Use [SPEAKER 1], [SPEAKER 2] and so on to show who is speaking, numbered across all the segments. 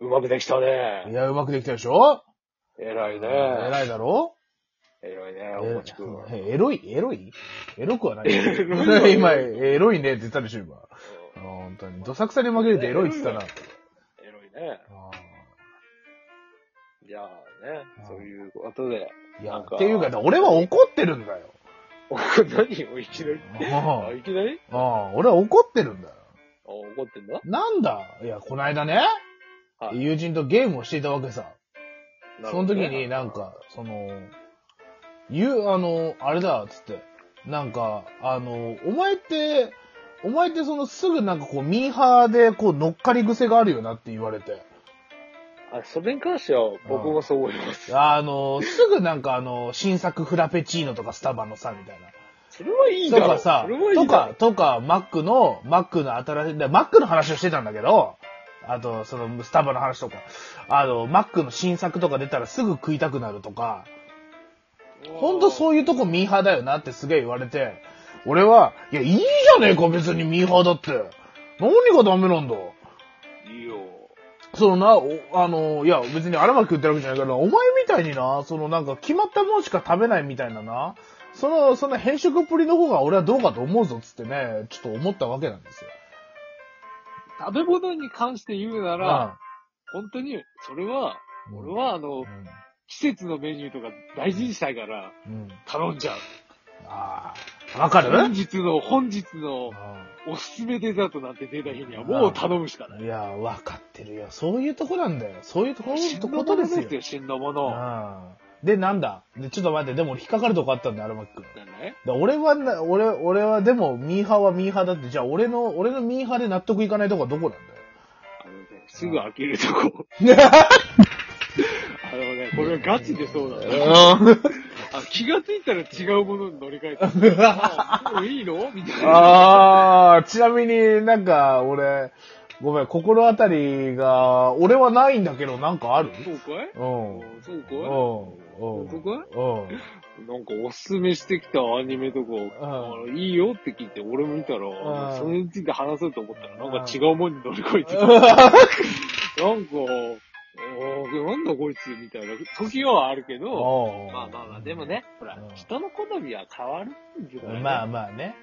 [SPEAKER 1] まくできた
[SPEAKER 2] い
[SPEAKER 1] ね。
[SPEAKER 2] や、うまくできたでしょ
[SPEAKER 1] 偉いね。
[SPEAKER 2] 偉いだろ
[SPEAKER 1] 偉いね、
[SPEAKER 2] え
[SPEAKER 1] おもちくんは。
[SPEAKER 2] えエロいエロいエロくはない。
[SPEAKER 1] ロい
[SPEAKER 2] 今、エロいねって言ったでしょ、今。あー本当に。どさくさに紛れてエロいって言ったな。
[SPEAKER 1] エロいね。
[SPEAKER 2] あ
[SPEAKER 1] いやーね、そういうことで。
[SPEAKER 2] ーいや、
[SPEAKER 1] なんか
[SPEAKER 2] っていうか、俺は怒ってるんだよ。
[SPEAKER 1] お何をいきなり。
[SPEAKER 2] あ
[SPEAKER 1] あ、いきなり
[SPEAKER 2] あああ、俺は怒ってるんだよ。
[SPEAKER 1] あ怒ってんだ
[SPEAKER 2] なんだいや、こないだね、
[SPEAKER 1] はい
[SPEAKER 2] 友人とゲームをしていたわけさ。
[SPEAKER 1] なる
[SPEAKER 2] そ
[SPEAKER 1] ほ
[SPEAKER 2] の
[SPEAKER 1] ど
[SPEAKER 2] 時
[SPEAKER 1] ね
[SPEAKER 2] になんか、その、言う、あの、あれだ、つって。なんか、あの、お前って、お前ってそのすぐなんかこうミーハーでこう乗っかり癖があるよなって言われて。
[SPEAKER 1] あ、それに関しては僕もそう思います。
[SPEAKER 2] あの、すぐなんかあの、新作フラペチーノとかスタバのさ、みたいな。
[SPEAKER 1] それはいいだ
[SPEAKER 2] と
[SPEAKER 1] ろ
[SPEAKER 2] かさ
[SPEAKER 1] それは、い
[SPEAKER 2] と
[SPEAKER 1] いだ
[SPEAKER 2] か、とか、マックの、マックの新しい、でマックの話をしてたんだけど、あと、その、スタバの話とか、あの、マックの新作とか出たらすぐ食いたくなるとか、
[SPEAKER 1] ろ。
[SPEAKER 2] ほんとそういうとこミーハーだよなってすげえ言われて、俺は、いや、いいじゃねえか、別にミーハーだって。何がダメなんだ
[SPEAKER 1] う。いいよ。
[SPEAKER 2] そのな、おあの、いや、別に荒牧食ってるわけじゃないから、お前みたいにな、そのなんか決まったものしか食べないみたいなな、その、その変色っぷりの方が俺はどうかと思うぞっつってね、ちょっと思ったわけなんですよ。
[SPEAKER 1] 食べ物に関して言うなら、
[SPEAKER 2] あ
[SPEAKER 1] 本当に、それは、
[SPEAKER 2] うん
[SPEAKER 1] 俺はあの、季節のメニューとか大事にしたいから、
[SPEAKER 2] うん。うん。
[SPEAKER 1] 頼んじゃう。
[SPEAKER 2] ああ、わかる
[SPEAKER 1] 本日の、本日の
[SPEAKER 2] う
[SPEAKER 1] おすすめデザートなんて出た日にはもう頼むしかない。
[SPEAKER 2] んいや、わかってるよ。そういうとこなんだよ。そういうとこ、
[SPEAKER 1] 死んだ
[SPEAKER 2] こ
[SPEAKER 1] も
[SPEAKER 2] と
[SPEAKER 1] の
[SPEAKER 2] で
[SPEAKER 1] です
[SPEAKER 2] よ。
[SPEAKER 1] すよ、死んだもの。
[SPEAKER 2] うん。で、なんだで、ちょっと待って、でも俺引っかかるとこあったんだよ、荒牧くん。
[SPEAKER 1] なんだい
[SPEAKER 2] だから俺はな、俺、俺はでも、ミーハーはミーハーだって、じゃあ俺の、俺のミーハーで納得いかないとこはどこなんだよ。
[SPEAKER 1] あのね、すぐ飽きるとこ。あのね、これはガチでそうなの。あ気がついたら違うものに乗り換えてる あもういいのみたいな。
[SPEAKER 2] あー、ちなみになんか、俺、ごめん、心当たりが、俺はないんだけど、なんかある
[SPEAKER 1] そうかい
[SPEAKER 2] うん。うん。
[SPEAKER 1] そうかい
[SPEAKER 2] うん。
[SPEAKER 1] そうかい
[SPEAKER 2] うん。
[SPEAKER 1] なんかおすすめしてきたアニメとか、あのいいよって聞いて、俺も見た
[SPEAKER 2] う
[SPEAKER 1] ら、
[SPEAKER 2] ん
[SPEAKER 1] それについて話そうと思ったら、
[SPEAKER 2] うん
[SPEAKER 1] なんか違うもんに乗り越えて た。なんか、おーなんだこいつみたいな時はあるけど、まあまあまあ、でも。ね、ほら
[SPEAKER 2] うん、
[SPEAKER 1] 人の好みは変わるんじゃない
[SPEAKER 2] まあまあね。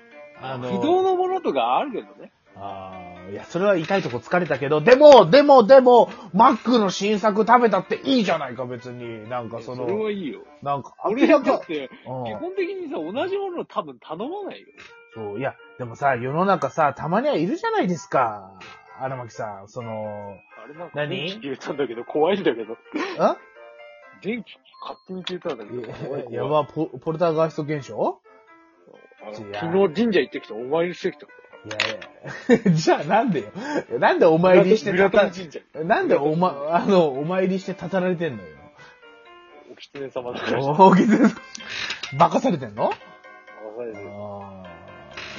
[SPEAKER 2] あの、
[SPEAKER 1] 不動のものとかあるけどね。
[SPEAKER 2] ああ、いや、それは痛いとこ疲れたけど、でも、でも、でも、マックの新作食べたっていいじゃないか、別に。なんかそ
[SPEAKER 1] そ
[SPEAKER 2] の、
[SPEAKER 1] れはいいよ。
[SPEAKER 2] なんか、
[SPEAKER 1] 俺だって、
[SPEAKER 2] うん
[SPEAKER 1] 基本的にさ、同じものを多分頼まないよ。
[SPEAKER 2] そう、いや、でもさ、世の中さ、たまにはいるじゃないですか。荒牧さん、その、
[SPEAKER 1] あれなんか
[SPEAKER 2] 何
[SPEAKER 1] 電気消えたんだけど、怖いんだけど。
[SPEAKER 2] あ
[SPEAKER 1] 電気勝手に消えたんだけど、怖い
[SPEAKER 2] いや
[SPEAKER 1] 怖い。
[SPEAKER 2] ば、ポポルターガイスト現象
[SPEAKER 1] あの
[SPEAKER 2] いや
[SPEAKER 1] 昨日神社行ってきた、お参りしてきた。
[SPEAKER 2] いやいや、じゃあなんでよ。なんでお参りして
[SPEAKER 1] 村
[SPEAKER 2] た
[SPEAKER 1] 上
[SPEAKER 2] た
[SPEAKER 1] 神、社。
[SPEAKER 2] なんでおま、あの、お参りしてたたられてんのよ。
[SPEAKER 1] お狐様だから。
[SPEAKER 2] おげず、バカされてんの
[SPEAKER 1] 任されて
[SPEAKER 2] あ
[SPEAKER 1] る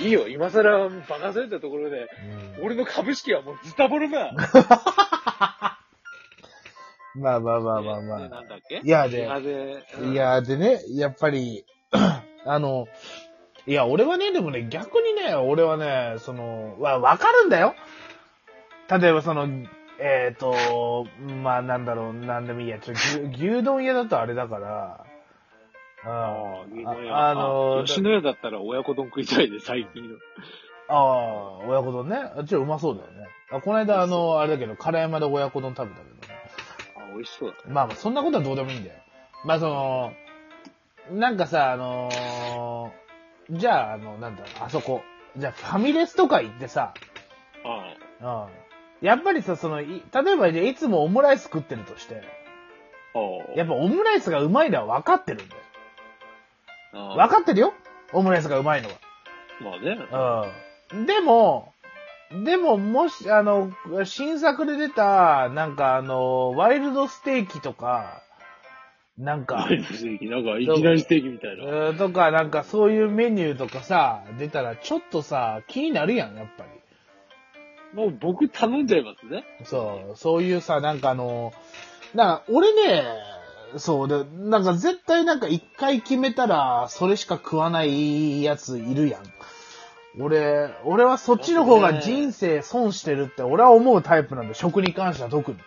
[SPEAKER 1] いいよ、今更、バカされたところで、
[SPEAKER 2] ー
[SPEAKER 1] 俺の株式はもうズタボロだ。
[SPEAKER 2] うんまあまあまあまあ
[SPEAKER 1] で
[SPEAKER 2] ま
[SPEAKER 1] なんだっけ
[SPEAKER 2] いやで
[SPEAKER 1] 暇で
[SPEAKER 2] あ。い、や、でね、やっぱり、 あの、いや、俺はね、でもね、逆にね、俺はね、その、わ、わかるんだよ。例えばその、えっ、と、まあなんだろう、なんでもいいや、ちょ牛牛丼屋だとあれだから、
[SPEAKER 1] あ
[SPEAKER 2] あー
[SPEAKER 1] あ
[SPEAKER 2] ああの、
[SPEAKER 1] 吉野家だったら親子丼食いたいで、最近の。
[SPEAKER 2] ああー、親子丼ね。あちょ、うまそうだよね。あこの間、あの、あれだけど、唐山で親子丼食べたけどね。
[SPEAKER 1] あ、美味しそうだ。
[SPEAKER 2] まあまあ、そんなことはどうでもいいんだよ。まあその、なんかさ、あのーじゃあ、あの、なんだろう、あそこ。じゃあ、ファミレスとか行ってさ、
[SPEAKER 1] あ
[SPEAKER 2] うん。やっぱりさ、その、い例えばじゃあいつもオムライス食ってるとして、
[SPEAKER 1] あ。あ
[SPEAKER 2] やっぱオムライスがうまいのは分かってるんだよ。
[SPEAKER 1] あ。わ
[SPEAKER 2] 分かってるよオムライスがうまいの
[SPEAKER 1] まあね。
[SPEAKER 2] は。うん。でも、でも、もし、あの、新作で出た、なんかあの、ワイルドステーキとか、なんか、
[SPEAKER 1] 毎日ステーキ、なんか、いきなりステーキみたいな。
[SPEAKER 2] うーんとか、なんかそういうメニューとかさ、出たらちょっとさ、気になるやん、やっぱり。
[SPEAKER 1] もう僕頼んじゃいますね。
[SPEAKER 2] そう、そういうさ、なんかあの、なんか俺ね、そうで、なんか絶対なんか一回決めたら、それしか食わないやついるやん。俺、俺はそっちの方が人生損してるって俺は思うタイプなんで、食に関しては特に。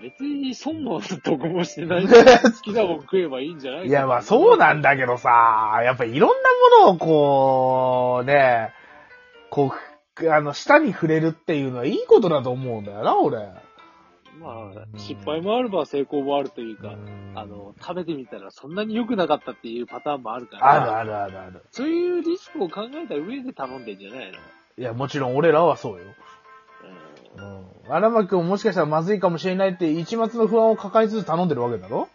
[SPEAKER 1] 別に損も得もしてないから、好きなもん食えばいいんじゃない
[SPEAKER 2] いや、まあそう
[SPEAKER 1] だ。
[SPEAKER 2] なんだけどさ、やっぱいろんなものをこう、ね、こう、あの、舌に触れるっていうのはいいことだと思うんだよな、俺。
[SPEAKER 1] まあ、失敗もあれば成功もあるというか、あの、食べてみたらそんなに良くなかったっていうパターンもあるから、
[SPEAKER 2] あるあるあるある。
[SPEAKER 1] そういうリスクを考えた上で頼んでんじゃないの
[SPEAKER 2] いや、もちろん俺らはそうよ。うん。荒牧君もしかしたらまずいかもしれないって一抹の不安を抱えつつ頼んでるわけだろ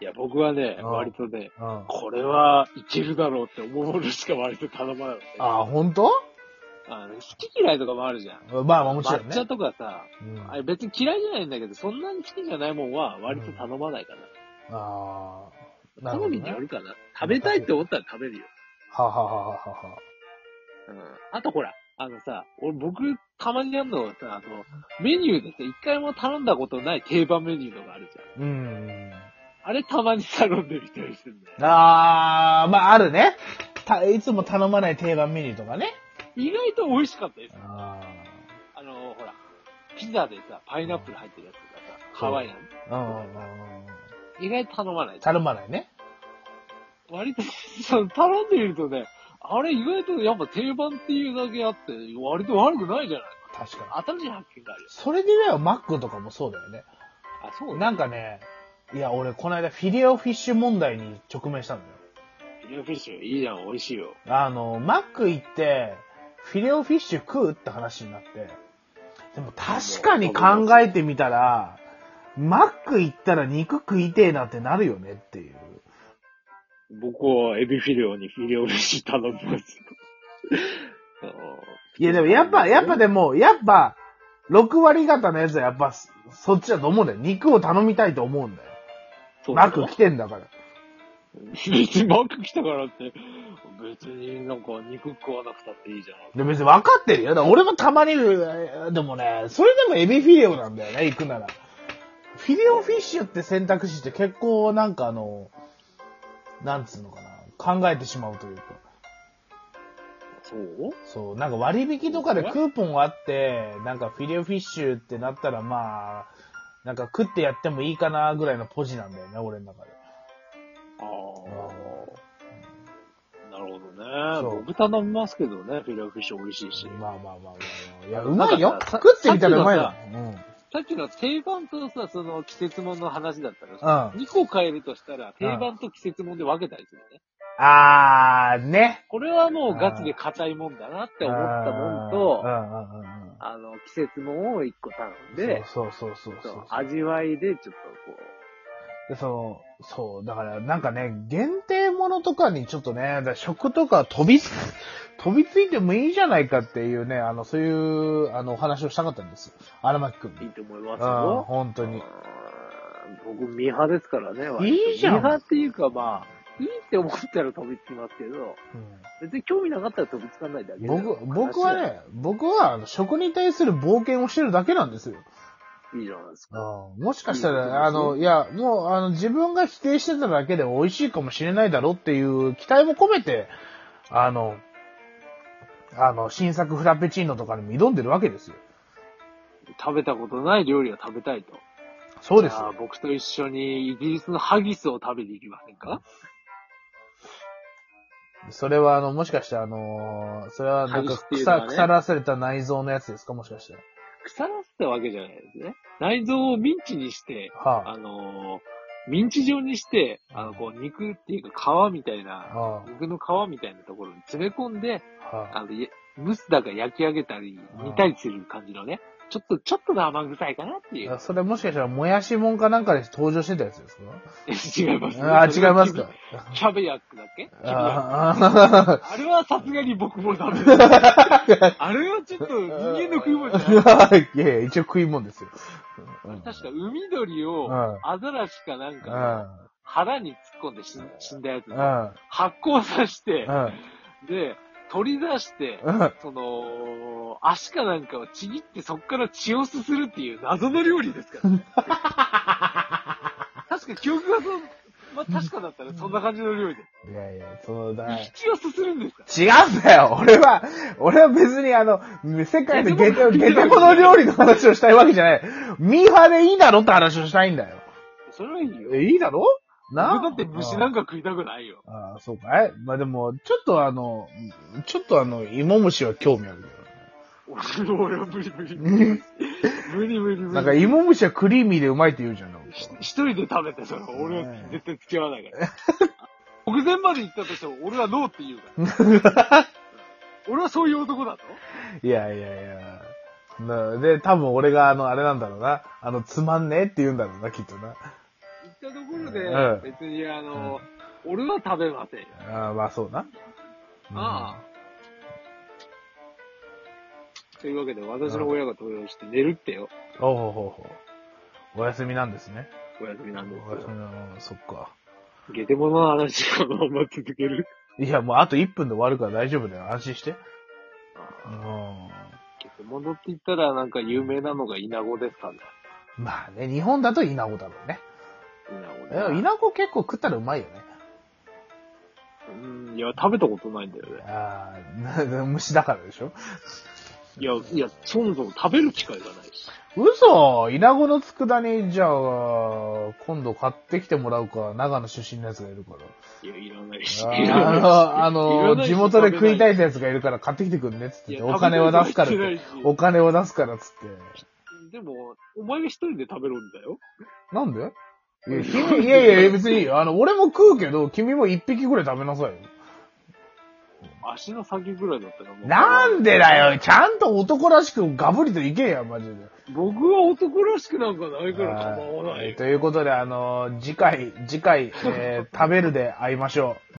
[SPEAKER 1] いや、僕はね、
[SPEAKER 2] うん
[SPEAKER 1] 割とね、
[SPEAKER 2] うん。あ
[SPEAKER 1] これはいけるだろうって思うものしか割と頼まない、ね。
[SPEAKER 2] あ、本当？
[SPEAKER 1] あの好き嫌いとかもあるじゃん。
[SPEAKER 2] まあまあもちろん
[SPEAKER 1] 抹茶
[SPEAKER 2] ね。
[SPEAKER 1] とかさ、
[SPEAKER 2] うん
[SPEAKER 1] あれ別に嫌いじゃないんだけど、そんなに好きじゃないもんは割と頼まないか
[SPEAKER 2] ああ。
[SPEAKER 1] な。
[SPEAKER 2] なる
[SPEAKER 1] 好
[SPEAKER 2] ほど、
[SPEAKER 1] みに
[SPEAKER 2] ね
[SPEAKER 1] よ。るかな。食べたいって思ったら食べるよ。
[SPEAKER 2] はははははは。
[SPEAKER 1] うん。あとほら、あのさ、俺僕、たまにやるのがさ、あの、メニューでさ、一回も頼んだことない定番メニューとかあるじゃん。
[SPEAKER 2] うん。
[SPEAKER 1] あれたまに頼んでみたりするんだよ。
[SPEAKER 2] ああ、まああるね。たいつも頼まない定番メニューとかね。
[SPEAKER 1] 意外と美味しかったです。
[SPEAKER 2] あ
[SPEAKER 1] あの、ほら、ピザでさ、パイナップル入ってるやつとかさ、ハワイアン。
[SPEAKER 2] あ。うんうんうん。
[SPEAKER 1] 意外と頼まない。
[SPEAKER 2] 頼まないね。
[SPEAKER 1] 割と、 その頼んでみるとね、あれ意外とやっぱ定番っていうだけあって、割と悪くないじゃない
[SPEAKER 2] 確か
[SPEAKER 1] 新
[SPEAKER 2] に。
[SPEAKER 1] しい発見があるよ。
[SPEAKER 2] それで言えばマックとかもそうだよね。
[SPEAKER 1] あ、そ
[SPEAKER 2] なんかね、いや俺この間フィレオフィッシュ問題に直面したんだよ。
[SPEAKER 1] フィレオフィッシュ、いいじゃん、美味しいよ。
[SPEAKER 2] あの、マック行って、フィレオフィッシュ食うって話になって、でも確かに考えてみたら、マック行ったら肉食いてえなってなるよねっていう。
[SPEAKER 1] 僕はエビフィレオにフィレオフィッシュ頼みます。
[SPEAKER 2] いやでもやっぱ、やっぱでも、やっぱ、6割方のやつはやっぱ、そそっちだと思うんだよ。肉を頼みたいと思うんだよ。
[SPEAKER 1] そう
[SPEAKER 2] マック来てんだから。
[SPEAKER 1] 別に マック来たからって、別になんか肉食わなくたっていいじゃん。
[SPEAKER 2] で別に分かってるよ。だから俺もたまに、えーでもね、それでもエビフィレオなんだよね、行くなら。フィレオフィッシュって選択肢って結構なんかあの、なんつうのかな、考えてしまうというか。
[SPEAKER 1] そう
[SPEAKER 2] そう、なんか割引とかでクーポンあって、なんかフィレオフィッシュってなったらまあ、なんか食ってやってもいいかなぐらいのポジなんだよね、俺の中で。
[SPEAKER 1] ああ。なるほ
[SPEAKER 2] そ
[SPEAKER 1] ど
[SPEAKER 2] う
[SPEAKER 1] ね。僕頼みますけどね、フィレオフィッシュ美味しいし。
[SPEAKER 2] まあまあまあまあまあ。いや、うまいよ
[SPEAKER 1] なん。かさ
[SPEAKER 2] 食ってみたらうまいよ。うん。
[SPEAKER 1] さっきの定番とさ、その季節物の話だったらさ、
[SPEAKER 2] うん。
[SPEAKER 1] 2個変えるとしたら、定番と季節物で分けたりするね。
[SPEAKER 2] あー、ね。
[SPEAKER 1] これはもうガチで硬いもんだなって思ったもんと、
[SPEAKER 2] う
[SPEAKER 1] あ
[SPEAKER 2] んうんうんうん
[SPEAKER 1] の、季節物を1個頼んで、
[SPEAKER 2] そうそうそうそうそう。
[SPEAKER 1] 味わいでちょっとこ
[SPEAKER 2] で、その、そう、だからなんかね、限定ものとかにちょっとね、だから食とか飛びつ、 飛びついてもいいじゃないかっていうね、あの、そういう、あの、お話をしたかったんですよ。荒牧くん
[SPEAKER 1] う、いい
[SPEAKER 2] に。
[SPEAKER 1] と思いま
[SPEAKER 2] うん、
[SPEAKER 1] すよ。
[SPEAKER 2] 本当に。
[SPEAKER 1] うーん僕、ミーハーですからね。割と
[SPEAKER 2] いいじゃん
[SPEAKER 1] ミーハーっていうか、まあ、いいって思ったら飛びつきますけど、別に興味なかったら飛びつかないだけ
[SPEAKER 2] う
[SPEAKER 1] だ
[SPEAKER 2] ん
[SPEAKER 1] よ
[SPEAKER 2] 僕、僕は。ね、僕はあの食に対する冒険をしてるだけなんですよ。
[SPEAKER 1] いいじゃないですか。
[SPEAKER 2] うんもしかした
[SPEAKER 1] いいですね
[SPEAKER 2] ら、あの、いや、もう、あの、自分が否定してただけで美味しいかもしれないだろうっていう期待も込めて、あの、あの、新作フラペチーノとかにも挑んでるわけですよ。
[SPEAKER 1] 食べたことない料理が食べたいと。
[SPEAKER 2] そうです
[SPEAKER 1] じゃあ
[SPEAKER 2] よ。
[SPEAKER 1] 僕と一緒にイギリスのハギスを食べに行きませんか
[SPEAKER 2] それは、あの、もしかして、あのーそれは、なんか
[SPEAKER 1] ハギスっていうの
[SPEAKER 2] 腐、
[SPEAKER 1] はね
[SPEAKER 2] 腐らされた内臓のやつですかもしかして。
[SPEAKER 1] 腐らせたわけじゃないですね。内臓をミンチにして、
[SPEAKER 2] は
[SPEAKER 1] あのーミンチ状にして、あの、こう、肉っていうか皮みたい
[SPEAKER 2] あ、
[SPEAKER 1] な、
[SPEAKER 2] は
[SPEAKER 1] 肉の皮みたいなところに詰め込んで、
[SPEAKER 2] あ、はあ、
[SPEAKER 1] あの、や蒸すだか焼き上げたり、
[SPEAKER 2] うん
[SPEAKER 1] 煮たりする感じのね、ちょっと、ちょっとの甘臭いかなっていう。
[SPEAKER 2] それもしかしたら、もやしもんかなんかで登場してたやつです か
[SPEAKER 1] 違います。
[SPEAKER 2] ああ、違いますか。
[SPEAKER 1] キャベヤックだっけキャベヤック
[SPEAKER 2] ああ、
[SPEAKER 1] あれはさすがに僕も ダメだ。あれはちょっと人間の食い物じゃない。
[SPEAKER 2] いやいや、一応食い物ですよ。うん
[SPEAKER 1] 確か海鳥
[SPEAKER 2] う
[SPEAKER 1] を
[SPEAKER 2] ん。
[SPEAKER 1] アザラシかなん
[SPEAKER 2] う
[SPEAKER 1] か
[SPEAKER 2] ん。
[SPEAKER 1] 腹に突っ込んで死ん死んだやつ
[SPEAKER 2] う。ん。
[SPEAKER 1] 発酵させて
[SPEAKER 2] う、ん。
[SPEAKER 1] で、取り出して、
[SPEAKER 2] うん
[SPEAKER 1] その、足かなんかをちぎってそっから血をすす るっていう謎の料理ですからね。確か記憶がそう、まあ、確かだったらそんな感じの量で。
[SPEAKER 2] いやいや、その、だ、
[SPEAKER 1] 引き寄せするんですか
[SPEAKER 2] 違うんだよ俺は、俺は別にあの、世界のゲテ、ゲテモノ料理の話をしたいわけじゃない。ミーハーでいいだろって話をしたいんだよ。
[SPEAKER 1] それはいいよ。
[SPEAKER 2] え、いいだろな
[SPEAKER 1] 僕だって虫なんか食いたくないよ。
[SPEAKER 2] ああ、そうかい。まあでも、ちょっとあの、ちょっとあの、芋虫は興味ある
[SPEAKER 1] 俺も俺は無理無理。
[SPEAKER 2] けど ね。
[SPEAKER 1] 無理無理無理。
[SPEAKER 2] なんか芋虫はクリーミーでうまいって言うじゃん。なんか
[SPEAKER 1] ひ一人で食べて、それは俺は絶対付き合わないから。 目前まで行ったとしても、俺はノーって言うから。 俺はそういう男だと
[SPEAKER 2] いやいやいや。なで、多分俺があの、あれなんだろうな。あの、つまんねえって言うんだろうな、きっとな。
[SPEAKER 1] 言ったところ
[SPEAKER 2] うん
[SPEAKER 1] で、別にあの、俺は食べませんよ。
[SPEAKER 2] ああ、まあそうな。
[SPEAKER 1] ああ。というわけで、私の親が投票して寝るってよ。
[SPEAKER 2] あ。おうほうほうほう。お休みなんですね。
[SPEAKER 1] お休みなんです
[SPEAKER 2] お休み
[SPEAKER 1] よ。
[SPEAKER 2] なの、そっか。
[SPEAKER 1] ゲテモノの話、このまま続ける。
[SPEAKER 2] いや、もうあと1分で終わるから大丈夫だよ。安心して。
[SPEAKER 1] あ
[SPEAKER 2] う
[SPEAKER 1] あ
[SPEAKER 2] ん。
[SPEAKER 1] ゲテモノって言ったら、なんか有名なのがイナゴですかね。
[SPEAKER 2] まあね、日本だとイナゴだろうね。
[SPEAKER 1] イナゴ
[SPEAKER 2] でもイ
[SPEAKER 1] ね。
[SPEAKER 2] ナゴ結構食ったらうまいよね。
[SPEAKER 1] うん、いや、食べたことないんだよね。
[SPEAKER 2] ああ、な 虫だからでしょ
[SPEAKER 1] いや、いや、そもそも食べる機会がないし。
[SPEAKER 2] 嘘イナゴの佃煮、じゃあ、今度買ってきてもらうか、長野出身のやつがいるから。
[SPEAKER 1] いや、いらないし。いらない
[SPEAKER 2] ああ の、あ
[SPEAKER 1] いらな
[SPEAKER 2] の、
[SPEAKER 1] い
[SPEAKER 2] 地元で食いたいってやつがいるから買ってきてくんねっつって
[SPEAKER 1] い
[SPEAKER 2] て、
[SPEAKER 1] や
[SPEAKER 2] お金は出すからっ
[SPEAKER 1] 食べ
[SPEAKER 2] て。
[SPEAKER 1] ることも
[SPEAKER 2] お金を出すからっつって。
[SPEAKER 1] してないしでも、お前が一人で食べるんだよ。
[SPEAKER 2] なんでいや君いやいや、別にいいよ。あの、俺も食うけど、君も一匹ぐらい食べなさいよ。
[SPEAKER 1] 足の先ぐらいだったらもう。
[SPEAKER 2] なんでだよちゃんと男らしくガブリといけや、マジで。
[SPEAKER 1] 僕は男らしくなんかないから構わないよ
[SPEAKER 2] ということで、あの、次回、次回、えー食べるで会いましょう。